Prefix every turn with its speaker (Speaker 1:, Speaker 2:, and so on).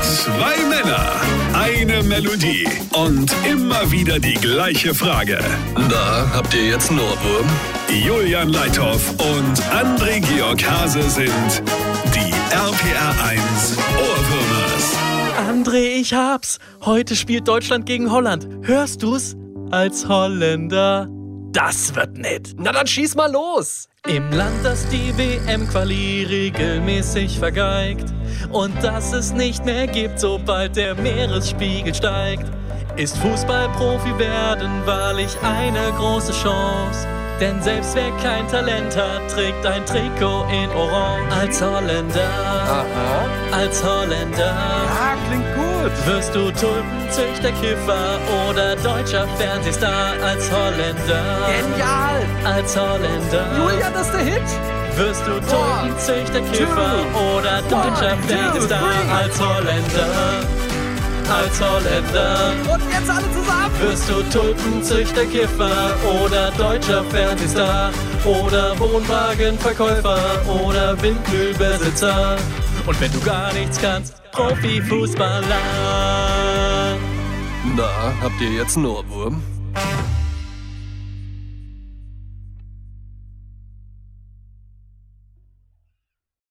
Speaker 1: Zwei Männer, eine Melodie und immer wieder die gleiche Frage.
Speaker 2: Da habt ihr jetzt einen Ohrwurm.
Speaker 1: Julian Leithoff und André Georg Hase sind die RPR1 Ohrwürmers.
Speaker 3: André, ich hab's. Heute spielt Deutschland gegen Holland. Hörst du's? Als Holländer. Das wird nett.
Speaker 4: Na dann schieß mal los.
Speaker 3: Im Land, das die WM-Quali regelmäßig vergeigt und das es nicht mehr gibt, sobald der Meeresspiegel steigt, ist Fußballprofi werden wahrlich eine große Chance. Denn selbst wer kein Talent hat, trägt ein Trikot in Orange. Als Holländer,
Speaker 4: Aha.
Speaker 3: als Holländer.
Speaker 4: Ah, klingt gut.
Speaker 3: Wirst du Tulpenzüchter, Kiffer oder deutscher Fernsehstar als Holländer?
Speaker 4: Genial.
Speaker 3: Als Holländer
Speaker 4: Julian, das ist der Hit.
Speaker 3: wirst du Tulpenzüchter, Kiffer oder deutscher
Speaker 4: one, two,
Speaker 3: Fernsehstar
Speaker 4: three.
Speaker 3: als Holländer. Als Holländer
Speaker 4: Und jetzt alle zusammen.
Speaker 3: wirst du Tulpenzüchter, Kiffer oder deutscher Fernsehstar oder Wohnwagenverkäufer oder Windmühlbesitzer. Und wenn du gar nichts kannst, Profifußballer.
Speaker 2: Da habt ihr jetzt einen Ohrwurm.